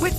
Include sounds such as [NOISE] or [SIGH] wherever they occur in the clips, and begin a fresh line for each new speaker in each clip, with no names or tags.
With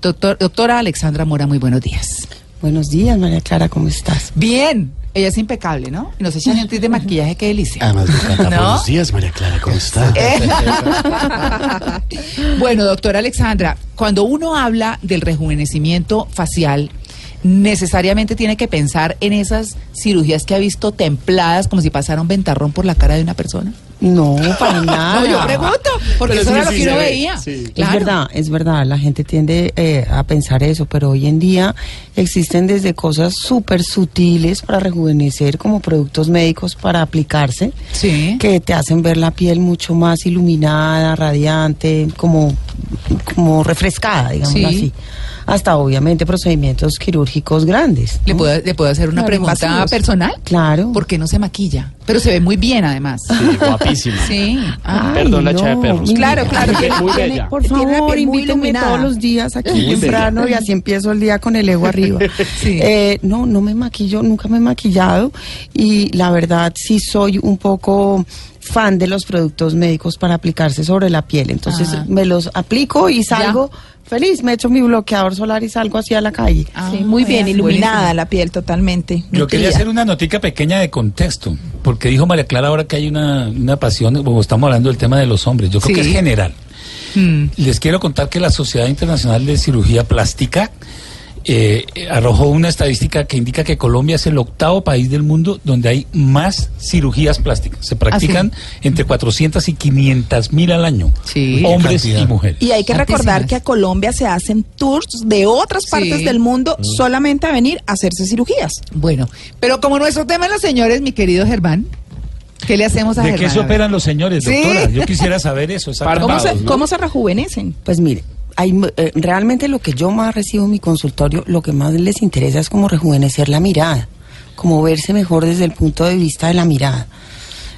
Doctor, doctora Alexandra Mora, muy buenos días.
Buenos días, María Clara, ¿cómo estás?
Bien, ella es impecable, ¿no? Y nos echan un tip de maquillaje, qué delicia.
Además, me [LAUGHS] encanta.
¿No?
Buenos días, María Clara, ¿cómo está?
Bueno, doctora Alexandra, cuando uno habla del rejuvenecimiento facial, necesariamente tiene que pensar en esas cirugías que ha visto templadas, como si pasara un ventarrón por la cara de una persona.
No, para
[LAUGHS]
nada.
No, yo pregunto, porque
Pero
eso
sí,
era lo
sí
que
se
uno
ve,
veía.
sí. Es
Es
Claro.
verdad, es verdad, la gente tiende eh, a pensar eso, pero hoy en día existen desde cosas súper sutiles para rejuvenecer, como productos médicos para aplicarse,
Sí.
que te hacen ver la piel mucho más iluminada, radiante, como, como refrescada, digamos
Sí.
así. Hasta obviamente procedimientos quirúrgicos grandes.
¿Le
¿no?
puedo, le puedo hacer una
Claro,
pregunta
invasivos.
personal?
Claro.
¿Por qué no se maquilla? Pero se ve muy bien, además.
Sí, guapísima.
[LAUGHS] Sí. Ah,
Ay,
Perdón, la chava de perros.
Claro, claro.
Muy, be- muy
Tiene-
bella.
Por
Tiene la
favor,
piel muy
invítenme
iluminada.
todos los días aquí
Muy
temprano y así empiezo el día con el ego arriba.
Sí.
Eh, no, no me maquillo, nunca me he maquillado y la verdad sí soy un poco fan de los productos médicos para aplicarse sobre la piel. Entonces
Ajá.
me los aplico y salgo feliz, me echo mi bloqueador solar y salgo así a la calle.
Ah,
Sí, muy bien,
buenísimo.
iluminada la piel totalmente.
Yo quería
nutrida.
hacer una notica pequeña de contexto, porque dijo María Clara ahora que hay una, una pasión, como estamos hablando del tema de los hombres, yo creo que
Sí.
es general.
Mm.
Les quiero contar que la Sociedad Internacional de Cirugía Plástica eh, eh, arrojó una estadística que indica que Colombia es el octavo país del mundo donde hay más cirugías plásticas. Se practican entre 400 y 500 mil al año,
Sí.
hombres
Qué cantidad.
y mujeres.
Y hay que recordar
Santísimas.
que a Colombia se hacen tours de otras
Sí.
partes del mundo
Mm.
solamente a venir a hacerse cirugías.
Bueno, pero como nuestro tema es los señores, mi querido Germán, ¿qué le hacemos a
¿De
Germán?
qué se
A ver.
operan los señores,
Sí.
doctora? Yo quisiera saber eso.
¿Cómo
exactamente.
se, cómo se rejuvenecen?
Pues mire, hay, mu- eh, realmente lo que yo más recibo en mi consultorio, lo que más les interesa es como rejuvenecer la mirada, como verse mejor desde el punto de vista de la mirada.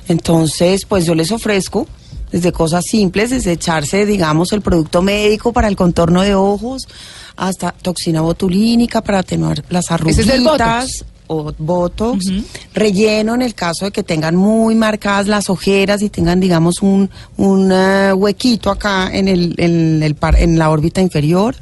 Entonces, pues yo les ofrezco desde cosas simples, desde echarse, digamos, el producto médico para el contorno de ojos, hasta toxina botulínica para atenuar las arruguitas
Ese es el Botox.
o botox, relleno en el caso de que tengan muy marcadas las ojeras y tengan, digamos, un, un eh, huequito acá en, el, en, el par- en la órbita inferior,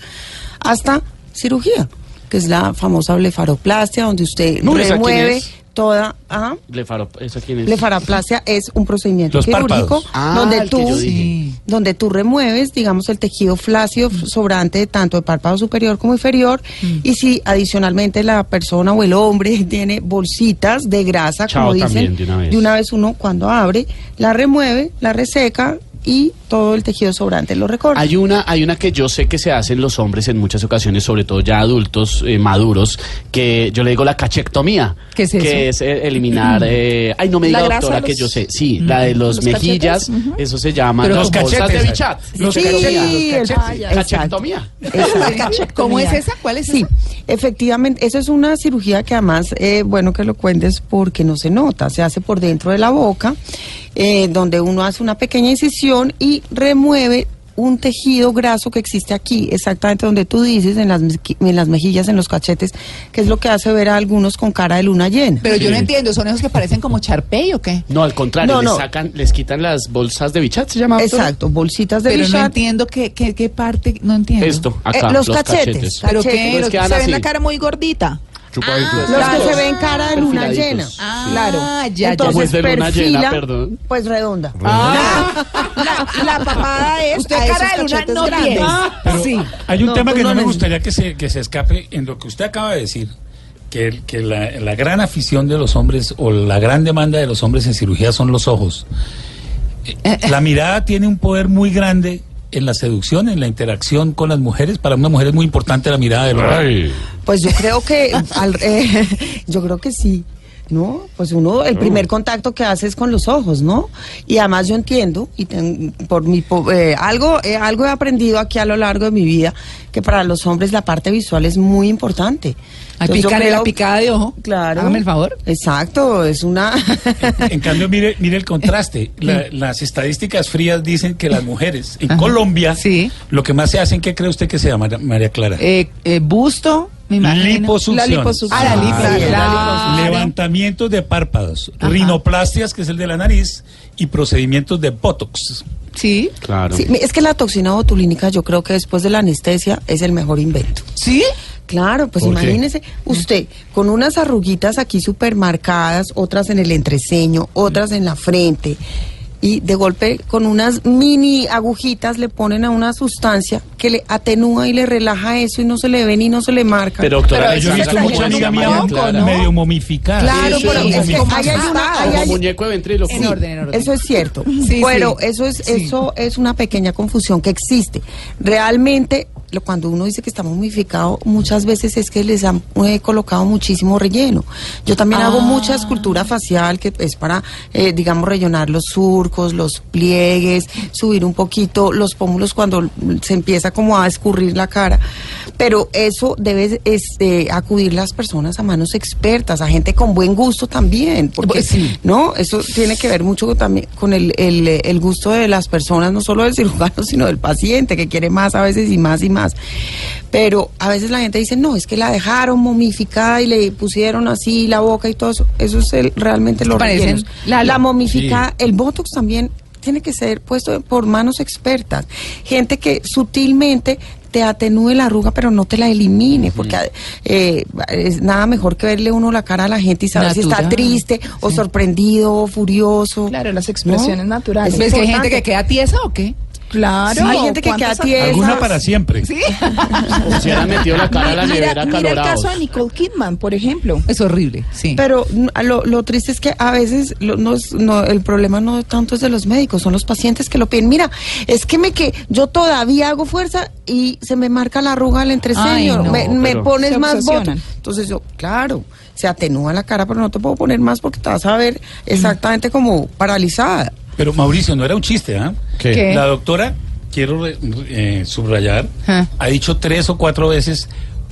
hasta cirugía, que es la famosa blefaroplastia, donde usted
No, ¿esa quién
remueve
es?
toda... ajá.
Lefaro, ¿esa quién es?
Blefaroplastia es un procedimiento
Los
quirúrgico
párpados.
Ah,
donde
el que yo
tú
dije.
Sí.
donde tú remueves, digamos, el tejido flácido
Mm.
f- sobrante de tanto de párpado superior como inferior y si adicionalmente la persona o el hombre [LAUGHS] tiene bolsitas de grasa,
Chao
como dicen,
también, de una vez.
uno cuando abre, la remueve, la reseca y todo el tejido sobrante lo recorta.
Hay una, hay una que yo sé que se hacen los hombres en muchas ocasiones, sobre todo ya adultos eh, maduros, que yo le digo la cachectomía.
¿Qué es eso?
Que es eh, eliminar. eh, ay, no me
La
diga,
grasa
doctora,
de
que
los-
yo sé. Sí, la de los,
los
mejillas,
cachetes, ujú.
eso se llama.
Pero
los
con
bolsas
cachetes,
de bichat.
¿sabes? Los
Sí,
cachetes, los
el-
cachetes.
exacto.
Cachectomía.
Exacto.
¿Cómo es esa? ¿Cuál es
Sí, efectivamente, eso es una cirugía que además, eh, bueno que lo cuentes porque no se nota, se hace por dentro de la boca, eh, donde uno hace una pequeña incisión y remueve un tejido graso que existe aquí, exactamente donde tú dices, en las, mezqui- en las mejillas, en los cachetes, que es lo que hace ver a algunos con cara de luna llena.
Pero yo
Sí.
no entiendo, ¿son esos que parecen como charpey o qué?
No, al contrario,
No, no.
les sacan, les quitan las bolsas de bichat, se llama. doctora?
Exacto, bolsitas de
Pero no
bichat.
entiendo qué, qué, qué parte, no entiendo.
Esto,
Eh,
acá,
los
los,
cachetes.
cachetes.
¿Pero
Cachetes,
qué?
pues
Los-
quedan
se
así.
ven la cara muy gordita.
Los que se ven cara de luna llena.
Perfiladitos.
Claro. Ah, ya, ya,
Entonces
Como es Pues de luna llena,
perfila,
perdón. Ah.
pues redonda.
La, la
[LAUGHS]
papada es
Usted
a
cara
esos
de luna
cachetes
no
grandes.
tiene.
Ah, Pero
Sí. pues
hay un
No,
tema
tú
que
no
no, me
les-
gustaría que se, que se escape en lo que usted acaba de decir, que, que la, la gran afición de los hombres o la gran demanda de los hombres en cirugía son los ojos. Eh, La mirada tiene un poder muy grande en la seducción, en la interacción con las mujeres. Para una mujer es muy importante la mirada del hombre.
Pues yo creo que al- eh, [LAUGHS] yo creo que sí. No, pues uno, el primer contacto que hace es con los ojos, ¿no? Y además yo entiendo, y ten- por mi, po- eh, algo, eh, algo he aprendido aquí a lo largo de mi vida, que para los hombres la parte visual es muy importante.
Ay,
Entonces, yo
pícale la
creo-
picada de ojo.
Claro.
Hágame el favor.
Exacto, es
[LAUGHS]
una...
En cambio, mire, mire el contraste. La- las estadísticas frías dicen que las mujeres en
Ajá.
Colombia
Sí.
lo que más se hacen, ¿qué cree usted que sea, María, María Clara?
Eh, eh, busto, me imagino.
Liposucción.
La liposucción.
Ah, la lipo,
Ah, bien, la
claro.
Levantamientos de párpados,
Ajá.
rinoplastias, que es el de la nariz, y procedimientos de botox.
Sí.
Claro.
Sí, es que la toxina botulínica yo creo que después de la anestesia es el mejor invento.
¿Sí?
Claro, pues
¿Por qué?
imagínese usted con unas arruguitas aquí supermarcadas, otras en el entreceño, otras en la frente, y de golpe con unas mini agujitas le ponen a una sustancia que le atenúa y le relaja eso y no se le ven y no se le marca.
Pero, doctora,
Pero
Yo he
eso
visto
está
mucha
exagerando
amiga
un
mía
poco, ¿no?
medio momificada.
Claro,
Sí,
pero
sí,
es
sí,
que
como
ahí hay una, ahí
Como
hay-
muñeco de ventríloco.
En orden, en orden.
Eso es cierto.
Sí,
pero
sí.
eso es
Sí.
eso es una pequeña confusión que existe. Realmente lo- cuando uno dice que está momificado, muchas veces es que les han eh, colocado muchísimo relleno. Yo también
Ah.
hago mucha escultura facial que es para, eh, digamos, rellenar los surcos, los pliegues, subir un poquito los pómulos cuando se empieza como a escurrir la cara. Pero eso debe este, acudir las personas a manos expertas, a gente con buen gusto también, porque
Pues sí.
no, eso tiene que ver mucho también con el, el, eh, el gusto de las personas, no solo del cirujano, [LAUGHS] sino del paciente, que quiere más a veces y más y más. Pero a veces la gente dice, no, es que la dejaron momificada y le pusieron así la boca y todo eso. Eso es el- realmente lo
Parecen
rellenos.
Lalo.
La momificada, el Botox también tiene que ser puesto por manos expertas. Gente que sutilmente te atenúe la arruga, pero no te la elimine, porque eh, es nada mejor que verle uno la cara a la gente y saber si está
Natural.
triste o sorprendido o furioso.
Claro, las expresiones
¿No?
naturales.
Es
¿Ves que hay gente
importante.
que queda tiesa o qué?
Claro.
Sí, hay gente que queda
¿cuántas-
[LAUGHS]
tiesa.
Alguna
esas-
para siempre.
O si hubieran metido la cara a la nevera
Mira, mira el
acalorados.
caso de Nicole Kidman, por ejemplo.
Es horrible, sí.
Pero mm, lo, lo triste es que a veces lo- no es- no, el problema no tanto es de los médicos, son los pacientes que lo piden. Mira, es que me que yo todavía hago fuerza y se me marca la arruga del entreceño,
Ay, no,
me, me
pero-
pones
Se
más botox.
obsesionan.
Entonces yo, claro, se atenúa la cara, pero no te puedo poner más porque te vas a ver exactamente como paralizada.
Pero Mauricio, no era un chiste, ¿ah?
¿Qué?
¿Qué?
La doctora, quiero re- re- eh, subrayar,
Ah.
ha dicho tres o cuatro veces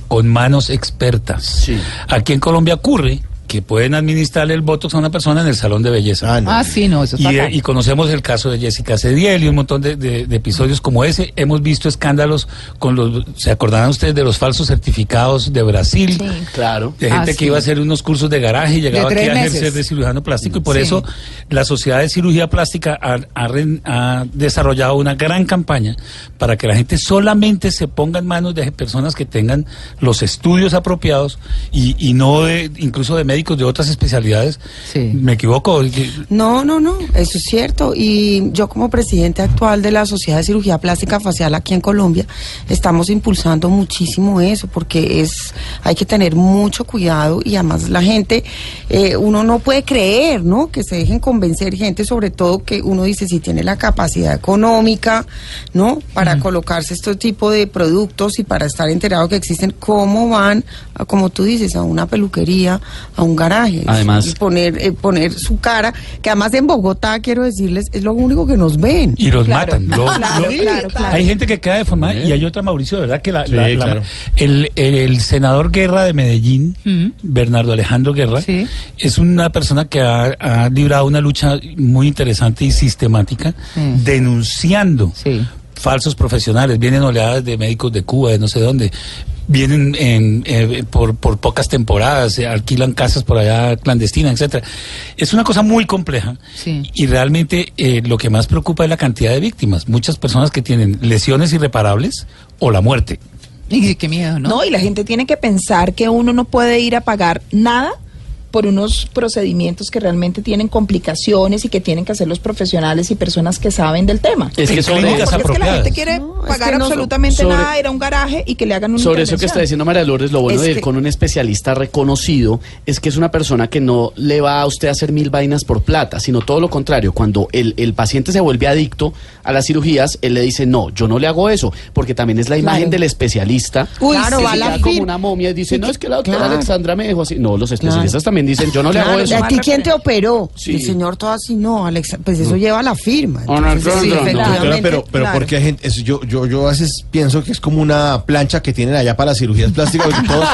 con manos expertas.
Sí.
Aquí en Colombia ocurre que pueden administrarle el botox a una persona en el salón de belleza.
Ah, no.
ah, sí, no, eso es
Y, eh,
fatal.
y conocemos el caso de Jessica Cediel y un montón de, de- de episodios como ese. Hemos visto escándalos con los... ¿Se acordarán ustedes de los falsos certificados de Brasil?
Claro.
De gente
Ah,
que
sí.
iba a hacer unos cursos de garaje y llegaba
De
aquí
tres
a ejercer
meses.
de cirujano plástico. Y por
Sí.
eso la Sociedad de Cirugía Plástica ha, ha ren- ha desarrollado una gran campaña para que la gente solamente se ponga en manos de personas que tengan los estudios apropiados y, y no de, incluso de médicos de otras especialidades.
Sí.
Me equivoco. Y-
No, no, no, eso es cierto. Y yo como presidente actual de la Sociedad de Cirugía Plástica Facial aquí en Colombia, estamos impulsando muchísimo eso, porque es hay que tener mucho cuidado y además la gente, eh, uno no puede creer, ¿no? Que se dejen convencer gente, sobre todo que uno dice si tiene la capacidad económica, ¿no? Para colocarse este tipo de productos y para estar enterado que existen, ¿cómo van, a, como tú dices, a una peluquería, a un garaje?
Además-
Y poner, eh, poner su cara, que además en Bogotá, quiero decirles, es lo único que nos ven.
y los matan.
[LAUGHS]
Lo-
claro,
lo-
claro, claro.
Hay gente que queda deformada
Sí.
y hay otra, Mauricio, de verdad que la,
Sí,
la- la-
claro.
el, el- el senador Guerra de Medellín, Bernardo Alejandro Guerra,
Sí.
es una persona que ha, ha librado una lucha muy interesante y sistemática
Mm.
denunciando
Sí.
falsos profesionales. Vienen oleadas de médicos de Cuba, de no sé dónde. Vienen en, eh, por, por pocas temporadas, se alquilan casas por allá clandestinas, etcétera. Es una cosa muy compleja.
Sí.
Y realmente eh, lo que más preocupa es la cantidad de víctimas. Muchas personas que tienen lesiones irreparables o la muerte.
Y qué miedo, ¿no?
¿no? Y la gente tiene que pensar que uno no puede ir a pagar nada por unos procedimientos que realmente tienen complicaciones y que tienen que hacer los profesionales y personas que saben del tema.
Es que
En
sobre,
clínicas
Porque es que la
apropiadas.
gente quiere
No, es
pagar
que no-
absolutamente
sobre-
nada, ir a un garaje y que le hagan un
sobre eso que está diciendo María Lourdes, lo bueno
Es
de ir
que-
con un especialista reconocido es que es una persona que no le va a usted a hacer mil vainas por plata, sino todo lo contrario. Cuando el, el paciente se vuelve adicto a las cirugías, él le dice, no, yo no le hago eso, porque también es la imagen
Claro.
del especialista.
Uy,
que
claro,
se
va la
queda
fir-
como una momia y dice, no, es que la doctora
Claro.
Alexandra me dejó así. No, los especialistas
Claro.
también dicen, yo no le hago
Claro,
eso.
¿y ¿A ti quién te operó?
Sí.
El señor todo así, no, Alexa, pues eso lleva la firma.
No, no,
Entonces,
no,
sí,
no, no,
No, doctora,
efectivamente,
pero, pero
claro.
porque hay gente, eso yo, yo, yo a veces pienso que es como una plancha que tienen allá para las cirugías plásticas, porque todos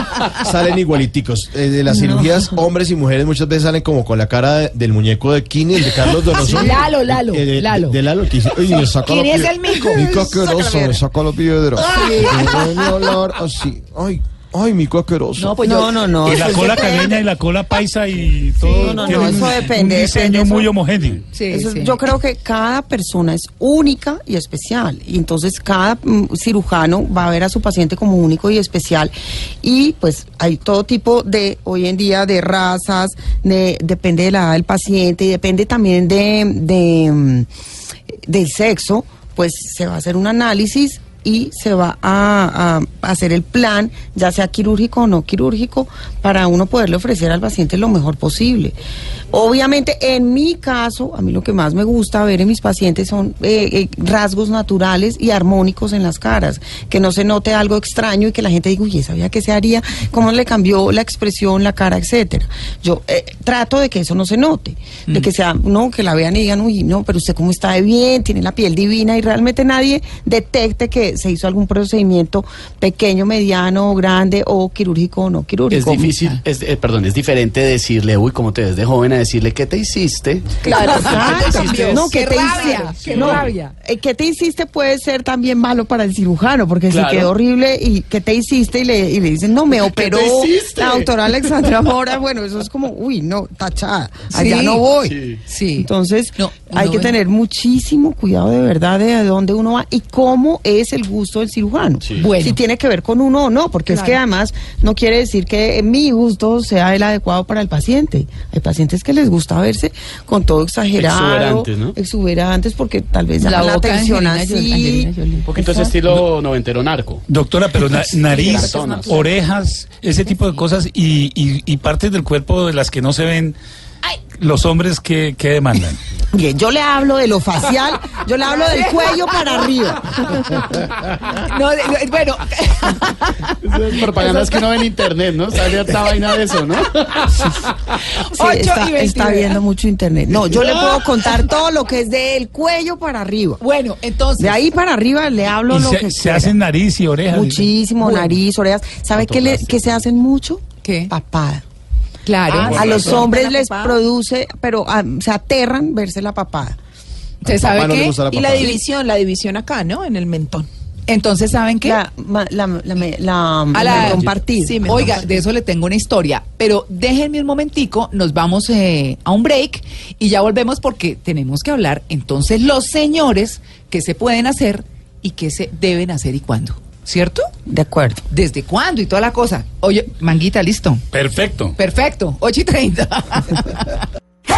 salen igualiticos. Eh, de las cirugías, hombres y mujeres muchas veces salen como con la cara de- del muñeco de Kini, el de Carlos
Ah,
Donoso.
Lalo, Lalo,
Eh, de,
Lalo.
de Lalo, que dice, "Uy, me sacó
¿Quién
los
es
pibes-
el mico?
Mi coqueroso,
Sácalo,
me sacó los piedros.
Ah,
hablar así. Ay, ay, mi coqueroso.
pues yo- no, no, no.
Y la
eso
cola
depende.
cariña y la cola paisa y
no,
todo.
no,
tiene
eso
un-
depende,
Un
depende,
diseño
eso-
muy homogéneo.
Sí,
Eso-
sí.
Yo creo que cada persona es única y especial. Y entonces cada mm, cirujano va a ver a su paciente como único y especial. Y pues hay todo tipo de, hoy en día, de razas, de, depende de la edad del paciente y depende también de, de, mm, del sexo. Pues se va a hacer un análisis y se va a, a hacer el plan, ya sea quirúrgico o no quirúrgico, para uno poderle ofrecer al paciente lo mejor posible. Obviamente, en mi caso, a mí lo que más me gusta ver en mis pacientes son eh, eh, rasgos naturales y armónicos en las caras, que no se note algo extraño y que la gente diga, uy, ¿sabía qué se haría? ¿Cómo le cambió la expresión, la cara, etcétera? Yo eh, trato de que eso no se note, de
Mm.
que sea, no, que la vean y digan, uy, no, pero usted cómo está de bien, tiene la piel divina y realmente nadie detecte que se hizo algún procedimiento pequeño, mediano, o grande o quirúrgico o no
Es
quirúrgico.
difícil, es, eh, perdón, es diferente decirle, uy, como te ves de joven, a decirle, ¿qué te hiciste? [LAUGHS]
Claro,
Exacto.
cambió.
No, que
Qué
te
rabia,
hice-
qué
no,
rabia.
eh, ¿Qué te hiciste? Puede ser también malo para el cirujano, porque
Claro.
si quedó horrible y ¿qué te hiciste? Y le, y le dicen, no, me operó
hiciste?
la doctora Alexandra Mora. Bueno, eso es como, uy, no, tachada,
Sí.
allá no voy.
Sí.
Sí.
Entonces,
No,
hay
uno
que
ve-
tener muchísimo cuidado de verdad de a dónde uno va y cómo es el gusto del cirujano.
Sí.
Bueno.
Si tiene que ver con uno o no, porque es que además no quiere decir que eh, mi gusto sea el adecuado para el paciente. Hay pacientes que les gusta verse con todo exagerado,
Exuberantes, ¿no?
exuberantes, porque tal vez
La
llaman la,
boca de
atención
Angelina Jolie-
así.
Angelina Jolie. Un
Poquito ese estilo noventero [LAUGHS] narco.
Doctora, pero na- nariz,
Gratonas.
orejas, ese tipo de cosas y, y- y partes del cuerpo de las que no se ven, los hombres que, que demandan.
Bien, yo le hablo de lo facial, yo le hablo del cuello para arriba.
No, de- de- bueno, [LAUGHS]
Esas propagandas que uno ve en internet, ¿no? Sale esta vaina de eso, ¿no?
Sí,
Ocho
está,
y
está
29.
viendo mucho internet. No, yo le puedo contar todo lo que es del cuello para arriba.
bueno, entonces.
De ahí para arriba le hablo
y
lo
se,
que
se
quiera.
hacen nariz y orejas.
Muchísimo, nariz, orejas. ¿Sabe qué, le- qué se hacen mucho?
¿Qué?
Papada. Ah,
Claro.
Ah,
a los
sí.
hombres
¿La
les
papada?
produce, pero ah, se aterran verse la papada.
¿Usted sabe
Papá no le
qué?
gusta la
Y la
papada.
división, la división acá, ¿no? En el mentón.
Entonces, ¿saben qué?
La, ma- la, la, me- la-
A
la
la-
compartida.
Sí, me-
Oiga, de eso le tengo una historia, pero déjenme un momentico, nos vamos eh, a un break y ya volvemos porque tenemos que hablar entonces los señores que se pueden hacer y que se deben hacer y cuándo, ¿cierto?
De acuerdo.
¿Desde cuándo y toda la cosa? Oye, manguita, listo.
Perfecto.
Perfecto, 8 y 30. [LAUGHS]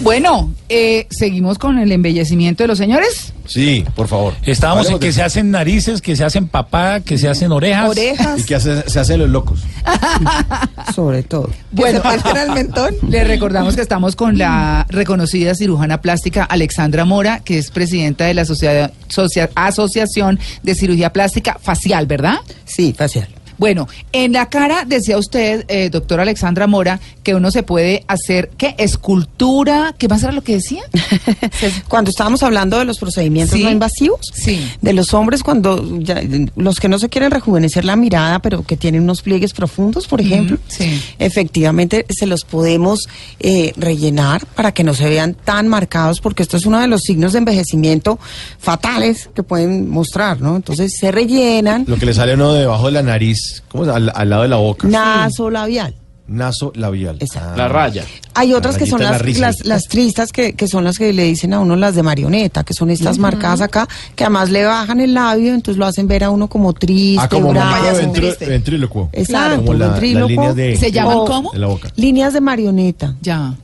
Bueno, eh, seguimos con el embellecimiento de los señores.
Sí, por favor.
Estábamos en
Hablemos
que
de-
se hacen narices, que se hacen papada, que se hacen orejas.
Y que hace- se hacen los locos.
[LAUGHS] Sobre todo.
Bueno, el mentón. [LAUGHS] Le recordamos que estamos con la reconocida cirujana plástica Alexandra Mora, que es presidenta de la Socia- Socia- Asociación de Cirugía Plástica Facial, ¿verdad?
Sí, facial.
Bueno, en la cara decía usted, eh, doctora Alexandra Mora, que uno se puede hacer, ¿qué? Escultura, ¿qué más era lo que
[LAUGHS]
decía?
Ah,
Cuando estábamos hablando de los procedimientos
Sí.
no invasivos,
Sí.
de los hombres cuando ya- los que no se quieren rejuvenecer la mirada, pero que tienen unos pliegues profundos, por ejemplo,
sí.
efectivamente se los podemos eh, rellenar para que no se vean tan marcados, porque esto es uno de los signos de envejecimiento fatales que pueden mostrar, ¿no? Entonces se rellenan
Lo que le sale a uno debajo de la nariz, ¿cómo es? Al, al lado de la boca.
naso labial.
Naso labial.
Exacto.
La raya.
Hay
La
otras que
rayita
son
en la
las,
risa.
las, las tristas, que, que son las que le dicen a uno las de marioneta, que son estas marcadas acá, que además le bajan el labio, entonces lo hacen ver a uno como triste,
Ah, como
bravo.
muñeco ventrí-
triste.
ventrílocuo.
Exacto,
Como la- las
ventrílocuo.
líneas de-
¿Se
de-
llaman
de-
cómo?
De eh, la boca.
Líneas de marioneta,
Ya.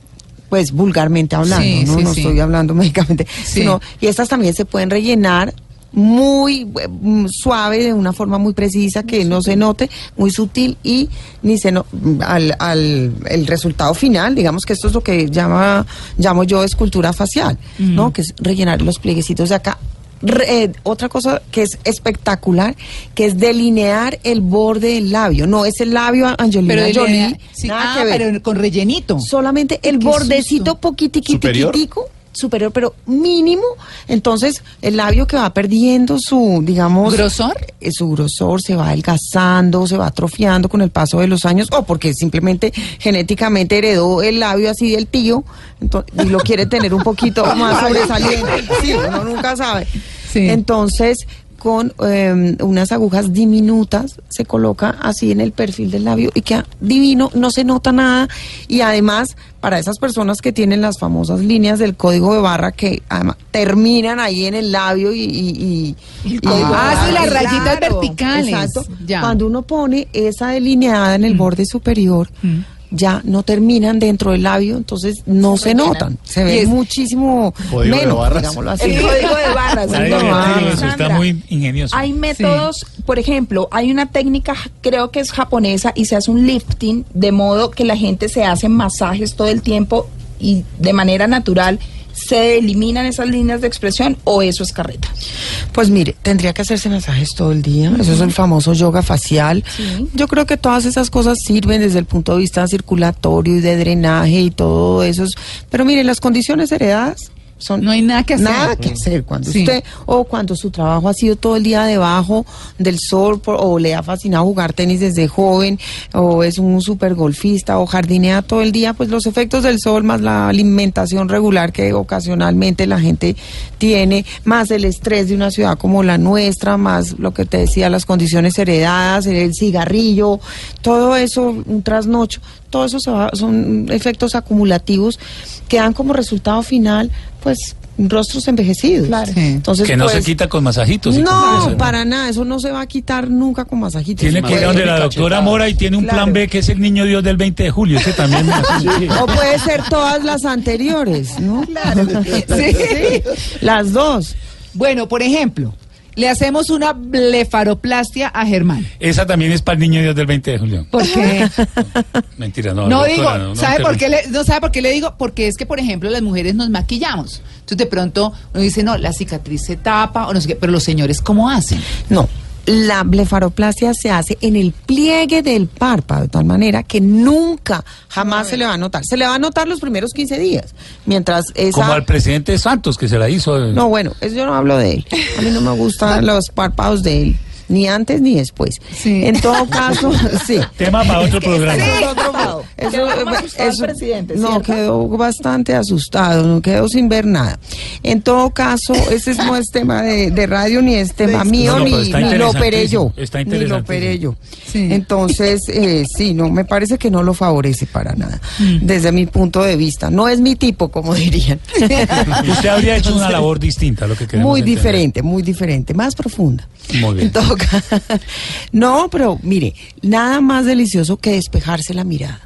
pues vulgarmente hablando, [LAUGHS]
Sí,
no,
sí,
no
sí.
estoy hablando médicamente.
Sí.
sino- y estas también se pueden rellenar muy eh, mm, suave, de una forma muy precisa, que no se note, muy sutil y ni se no- al, al- el resultado final, digamos que esto es lo que llama, llamo yo escultura facial,
Mm.
¿no? Que es rellenar los plieguecitos de acá. Re- eh, otra cosa que es espectacular, que es delinear el borde del labio. No es el labio a Angelina
Pero,
Jolie,
Elena, sí,
nada
ah,
que ver.
pero con rellenito.
Solamente el
Qué susto.
bordecito
¿Superior?
poquitiquitico superior, pero mínimo. Entonces, el labio que va perdiendo su, digamos...
¿Grosor?
eh, Su grosor se va adelgazando, se va atrofiando con el paso de los años, o porque simplemente genéticamente heredó el labio así del tío ento- y lo quiere tener un poquito más sobresaliente. Sí, uno nunca sabe.
Sí.
Entonces, con eh, unas agujas diminutas, se coloca así en el perfil del labio y queda divino, no se nota nada. Y además, para esas personas que tienen las famosas líneas del código de barra que además, terminan ahí en el labio y. y, y- y-
Ah, sí, las rayitas
Claro,
verticales.
Exacto.
Ya. Mm.
Cuando uno pone esa delineada en el borde superior. Ya no terminan dentro del labio, entonces no se, notan. Se
Y
ve
es-
muchísimo
Código de
menos,
barras.
digámoslo así.
El código de barras.
Está
el código de
divertido
barras.
eso, está
Sandra,
muy ingenioso.
Hay métodos, por ejemplo, hay una técnica, creo que es japonesa, y se hace un lifting, de modo que la gente se hace masajes todo el tiempo y de manera natural se eliminan esas líneas de expresión o eso es carreta.
Pues mire, tendría que hacerse masajes todo el día. Eso es el famoso yoga facial.
Sí.
Yo creo que todas esas cosas sirven desde el punto de vista circulatorio y de drenaje y todo eso. es- Pero mire, las condiciones heredadas son.
No hay nada que hacer.
Nada que hacer. Cuando
Sí.
usted o cuando su trabajo ha sido todo el día debajo del sol por- o le ha fascinado jugar tenis desde joven o es un super golfista o jardinea todo el día, pues los efectos del sol más la alimentación regular que ocasionalmente la gente tiene, más el estrés de una ciudad como la nuestra, más lo que te decía, las condiciones heredadas, el cigarrillo, todo eso, un trasnocho, todo eso se va- son efectos acumulativos que dan como resultado final, pues rostros envejecidos.
Claro.
Sí.
Entonces,
que no se
pues,
quita con masajitos. y con
no,
cosas,
para nada, eso no se va a quitar nunca con masajitos.
Tiene que ir a donde la doctora Mora y tiene un plan B que es el niño Dios del 20 de julio.
[LAUGHS]
Ese también. me asusta.
O puede ser todas las anteriores, ¿no?
[LAUGHS] Sí.
Las dos.
Bueno, por ejemplo, le hacemos una blefaroplastia a Germán.
Esa también es para el niño Dios del 20 de julio.
Porque
Mentira,
[LAUGHS]
no.
no
doctora,
digo,
no, no
¿sabe
te-
por qué le, no sabe por qué le digo? Porque es que, por ejemplo, las mujeres nos maquillamos. Entonces, de pronto uno dice, no, la cicatriz se tapa o no sé qué, pero los señores cómo hacen.
No. La blefaroplastia se hace en el pliegue del párpado, de tal manera que nunca, jamás se le va a notar. Se le va a notar los primeros 15 días, mientras esa...
Como al presidente Santos que se la hizo. eh.
No, bueno, eso yo no hablo de él. A mí no me
[LAUGHS]
gustan los párpados de él, ni antes ni después.
Sí.
En
[LAUGHS]
todo caso, sí.
Tema para otro programa. [LAUGHS]
Eso,
Quedó como
eh,
asustado el presidente,
no,
¿cierto?
quedó bastante asustado, no quedó sin ver nada. En todo caso, ese es- no es tema de, de radio, ni es tema mío,
No, pero
ni,
está
ni lo operé
interesantísimo,
yo.
está
ni lo operé yo.
Sí.
Entonces, eh, sí, no, me parece que no lo favorece para nada,
Mm.
desde mi punto de vista. No es mi tipo, como
[LAUGHS]
dirían.
Usted habría hecho una labor distinta, lo que queremos
Muy
entender.
diferente, muy diferente, más profunda.
Muy bien.
En todo ca- [LAUGHS] no, pero mire, nada más delicioso que despejarse la mirada.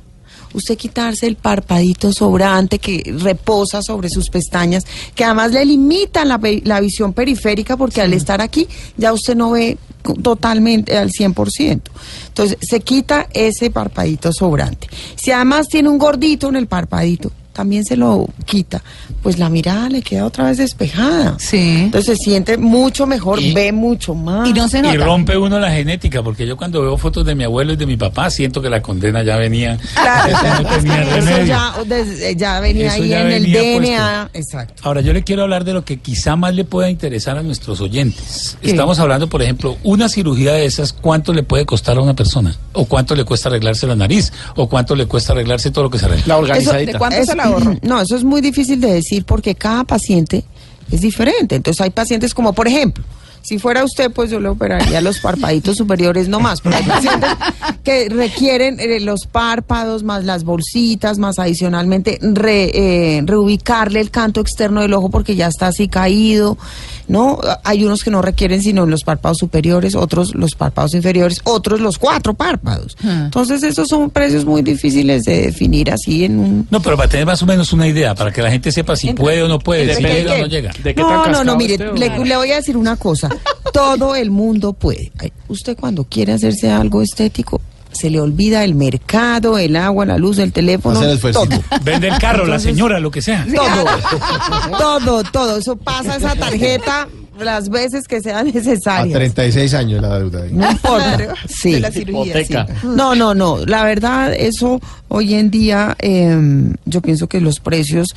Usted quitarse el parpadito sobrante que reposa sobre sus pestañas, que además le limitan la, ve- la visión periférica porque al estar aquí ya usted no ve co- totalmente al 100%. Entonces se quita ese parpadito sobrante. Si además tiene un gordito en el parpadito, también se lo quita, pues la mirada le queda otra vez despejada.
Sí.
Entonces se siente mucho mejor, ve mucho más.
Y no se
Y
nota.
rompe uno la genética, porque yo cuando veo fotos de mi abuelo y de mi papá, siento que la condena ya venía. Eso no tenía
Eso
remedio.
ya, desde- ya venía
Eso
ahí
ya
en
venía
el DNA.
puesto.
Exacto.
Ahora yo le quiero hablar de lo que quizá más le pueda interesar a nuestros oyentes. Estamos hablando, por ejemplo, una cirugía de esas, ¿cuánto le puede costar a una persona? ¿O cuánto le cuesta arreglarse la nariz? ¿O cuánto le cuesta arreglarse todo lo que se arregla?
La
Eso-
organizadita.
es- No, eso es muy difícil de decir porque cada paciente es diferente. Entonces hay pacientes como, por ejemplo, si fuera usted, pues yo le operaría los parpaditos superiores nomás, porque hay pacientes que requieren eh, los párpados, más las bolsitas, más adicionalmente re- eh, reubicarle el canto externo del ojo porque ya está así caído, ¿no? Hay unos que no requieren sino los párpados superiores, otros los párpados inferiores, otros los cuatro párpados. Entonces esos son precios muy difíciles de definir así en un
No, pero para tener más o menos una idea, para que la gente sepa si puede o no puede, si
Depende
llega o no
[LAUGHS]
de-
llega.
¿De qué tan
no, no,
cascado
no, mire,
esté o-
le, le voy a decir una cosa.
[LAUGHS]
cosa. Todo el mundo puede. Ay, Usted cuando quiere hacerse algo estético, se le olvida el mercado, el agua, la luz, el teléfono.
Hacer el esfuercito.
todo.
Vende el carro, la señora, lo que sea.
Todo, [LAUGHS] todo, todo. Eso pasa esa tarjeta las veces que sea
A
necesaria.
36 años la deuda. ahí.
No importa. Sí.
de la cirugía. sí.
Hipoteca.
No, no, no. La verdad, eso hoy en día, eh, yo pienso que los precios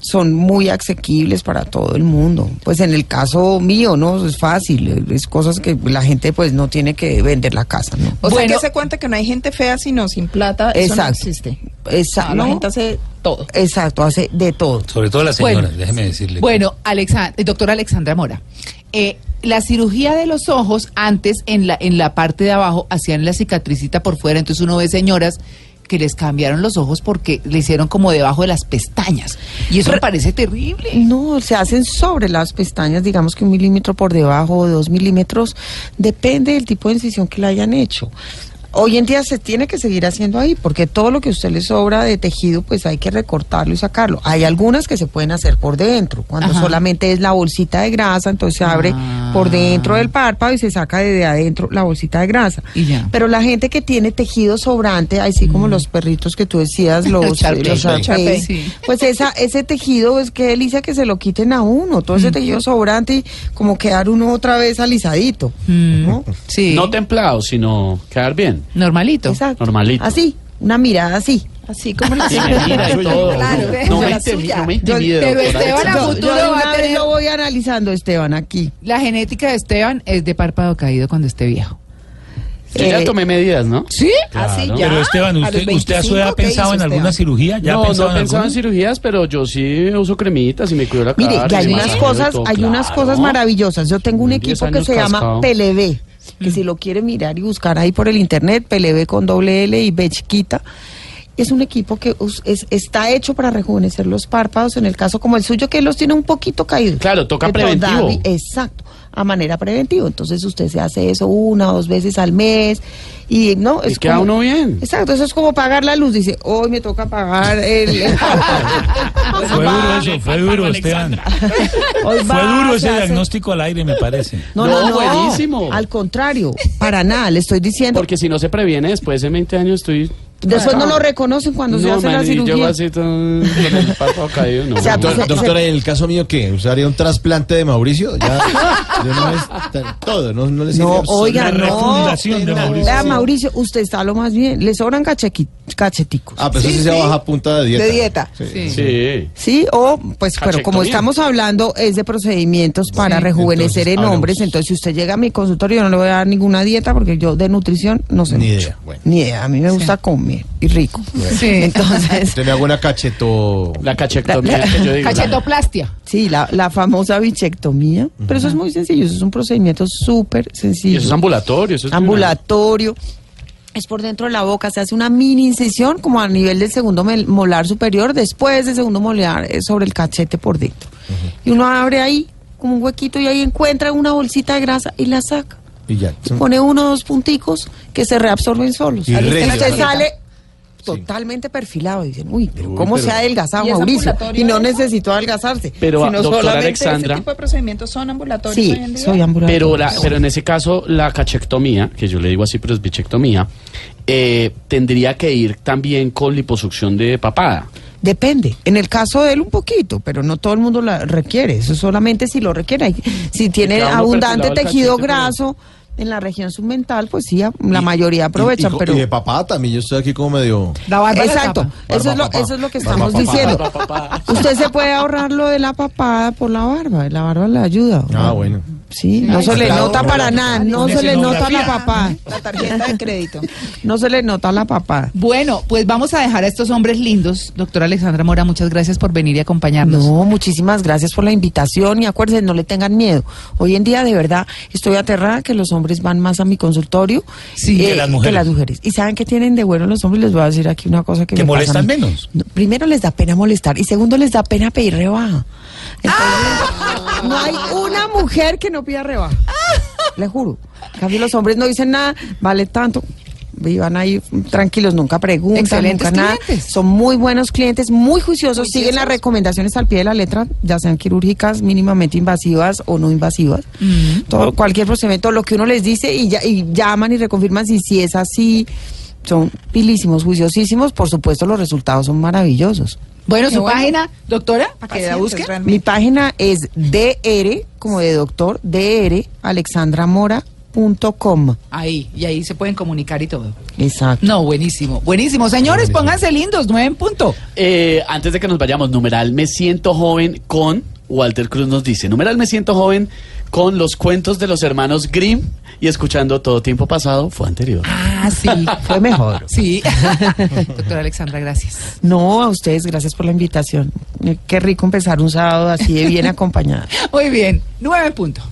son muy asequibles para todo el mundo. Pues en el caso mío, ¿no? Es fácil. Es cosas que la gente, pues, no tiene que vender la casa, ¿no?
O sea
Bueno.
que se cuenta que no hay gente fea sino sin plata. Eso no
Exacto.
existe.
Exacto.
No, La gente hace todo.
Exacto, hace de todo.
Sobre todo las
Bueno,
señoras, déjeme decirle.
Bueno, Alexa- eh, doctora Alexandra Mora, eh, la cirugía de los ojos, antes en la, en la parte de abajo hacían la cicatricita por fuera, entonces uno ve señoras que les cambiaron los ojos porque le hicieron como debajo de las pestañas. Y eso me parece terrible.
No, se hacen sobre las pestañas, digamos que un milímetro por debajo o dos milímetros, depende del tipo de incisión que la hayan hecho. Hoy en día se tiene que seguir haciendo ahí, porque todo lo que a usted le sobra de tejido, pues hay que recortarlo y sacarlo. Hay algunas que se pueden hacer por dentro, cuando
Ajá.
solamente es la bolsita de grasa, entonces se abre
Ah.
por dentro del párpado y se saca de adentro la bolsita de grasa.
Y ya. Mm.
Pero la gente que tiene tejido sobrante, así como los perritos que tú decías, los,
[LAUGHS] Los Shar
eh,
Pei.
los Shar
Shar
Pei,
Pei, sí.
pues esa, ese tejido es que delicia que se lo quiten a uno, todo ese tejido sobrante y como quedar uno otra vez alisadito,
Mm.
¿no?
Sí,
No templado, sino quedar bien.
normalito.
Exacto.
Normalito.
Así, una mirada así.
Así como la
Sí, me mira y todo.
Claro,
no, me
la
intimi-
suya.
no me intimide,
pero
doctora
Esteban
Alexandra.
Agut- futuro
yo de
va a
una vez
tener-
lo voy analizando, Esteban, aquí.
La genética de Esteban es de párpado caído cuando esté viejo.
Yo ya
Eh,
tomé medidas, ¿no?
¿Sí?
Así Ah, ya.
Pero Esteban,
A los
¿usted, usted a su
25,
edad ha
¿qué
pensado
hizo
en alguna
Esteban?
cirugía? ¿Ya ha
no,
pensado
no
en
pensaba
alguna?
en cirugías, pero yo sí uso cremitas y me cuido la cara.
Mire, y hay
y
unas
masaje y
cosas,
todo,
hay unas
claro.
cosas maravillosas. Yo tengo un
Con 10
equipo que
años
se llama
cascado.
PLB, que si lo quiere mirar y buscar ahí por el internet, PLB con doble L y B chiquita. Es un equipo que us- es- está hecho para rejuvenecer los párpados, en el caso como el suyo, que los tiene un poquito caídos.
Claro, toca
Que
preventivo.
todavía- exacto, a manera preventiva. Entonces usted se hace eso una o dos veces al mes y no
Y queda uno bien.
Exacto, eso es como pagar la luz. Dice, hoy me toca pagar el.
[LAUGHS]
[LAUGHS]
Fue duro eso, fue duro, Esteban.
Hoy
Fue
va,
duro
se
ese
hace-
diagnóstico al aire, me parece.
No,
No,
no, no,
buenísimo.
Al contrario, para nada, le estoy diciendo.
Porque si no se previene, después de 20 años estoy...
después no lo reconocen cuando se
No,
hace la
man, y Yo
cirugía.
así, tan- con el párpado caído, no.
O sea, pues, tú-
no.
Doctor- doctora, ¿en el caso mío qué? ¿Usaría un trasplante de Mauricio? Ya, de una vez, ta- todo, no, no le sirve
No,
absolutamente
oiga,
Una
no.
refundación de Mauricio.
Vea, Mauricio, usted está lo más bien. Le sobran cachequi- cacheticos.
Ah, pero eso sí,
Sí,
se
sí.
baja a punta de dieta.
De dieta.
Sí.
Sí, o pues, pero como
Cachectomía.
estamos hablando es de procedimientos para rejuvenecer
entonces,
en
hablemos.
hombres, entonces si usted llega a mi consultorio yo no le voy a dar ninguna dieta porque yo de nutrición no sé
Ni
mucho.
idea, bueno.
Ni idea, a mí me gusta comer y rico.
Sí.
[LAUGHS]
[LAUGHS]
Entonces,
Usted me hago una cacheto...
La cachectomía que yo digo.
Cachetoplastia.
Sí, la, la famosa bichectomía. Pero eso es muy sencillo, eso es un procedimiento súper
Y
sencillo.
eso es ambulatorio. Eso es de una-
Ambulatorio. Es por dentro de la boca, se hace una mini incisión como a nivel del segundo mel- molar superior, después del segundo molar eh, sobre el cachete por dentro. Y uno abre ahí como un huequito y ahí encuentra una bolsita de grasa y la saca.
Y ya.
Y pone uno o dos punticos que se reabsorben solos.
Y
Ahí usted
recio.
usted sale totalmente perfilado y dicen, uy, pero
Uy,
¿cómo
pero-
se ha adelgazado
¿Y es
Mauricio?
ambulatorio
Y no
eso?
necesitó adelgazarse.
Pero,
sino
doctora
solamente
Alexandra-
Ese tipo de procedimientos son ambulatorios. hoy en
Sí,
día?
soy ambulante.
Pero, la, pero en ese caso, la cachectomía, que yo le digo así, pero es bichectomía, eh, tendría que ir también con liposucción de papada.
Depende. En el caso de él un poquito, pero no todo el mundo la requiere. Eso solamente si lo requiere. Hay- Si tiene
cada uno
abundante
perfilado el
tejido
cachete, pero-
graso en la región submental, pues sí, a- la mayoría
Y-
aprovechan,
y-
pero...
Y de papá también, yo estoy aquí como medio...
La barba la
Exacto,
tapa.
eso
Barba
es, lo,
papá.
eso es lo que
Barba
estamos
papá.
diciendo.
Barba papá.
Usted se puede ahorrar lo de la papada por la barba, la barba le ayuda.
Ah, bueno.
Sí, no se le
claro,
nota
claro.
para nada, no
Una
se le nota la
escenografía.
papada,
La tarjeta de crédito.
no se le nota la papada.
Bueno, pues vamos a dejar a estos hombres lindos. Doctora Alexandra Mora, muchas gracias por venir y acompañarnos.
No, muchísimas gracias por la invitación y acuérdense, no le tengan miedo. Hoy en día, de verdad, estoy aterrada que los hombres van más a mi consultorio eh,
Sí, que las mujeres.
Y saben que tienen de bueno los hombres, les voy a decir aquí una cosa que...
Que
me pasa a
molestan
mí.
menos.
No, primero les da pena molestar y segundo les da pena pedir rebaja. Entonces,
¡Ah!
No hay una [LAUGHS] mujer que no pida rebaja. Le juro. En cambio, los hombres no dicen nada, vale tanto. Vivan ahí tranquilos, nunca preguntan,
Excelentes
nunca nada.
clientes.
Son muy buenos clientes, muy juiciosos, siguen las recomendaciones al pie de la letra, ya sean quirúrgicas, mínimamente invasivas o no invasivas. Todo, cualquier procedimiento, lo que uno les dice y, ya, y llaman y reconfirman si, si es así. Son pilísimos, juiciosísimos, por supuesto los resultados son maravillosos.
Bueno, su
bueno.
página, doctora, para que la
Pacientes,
busque.
realmente.
Mi página es dr, como de doctor, dralexandramora.com.
Ahí, y ahí se pueden comunicar y todo.
Exacto.
No, buenísimo, buenísimo. Señores, pónganse lindos, nueve en punto.
Eh, antes de que nos vayamos, numeral me siento joven con Walter Cruz nos dice, numeral me siento joven con los cuentos de los hermanos Grimm y escuchando todo tiempo pasado fue anterior.
Ah, sí.
[LAUGHS] Fue mejor.
Sí. [LAUGHS] Doctora Alexandra, gracias.
No, a ustedes, gracias por la invitación. Eh, Qué
[LAUGHS]
rico empezar un sábado así de bien acompañada.
Muy bien, nueve en punto.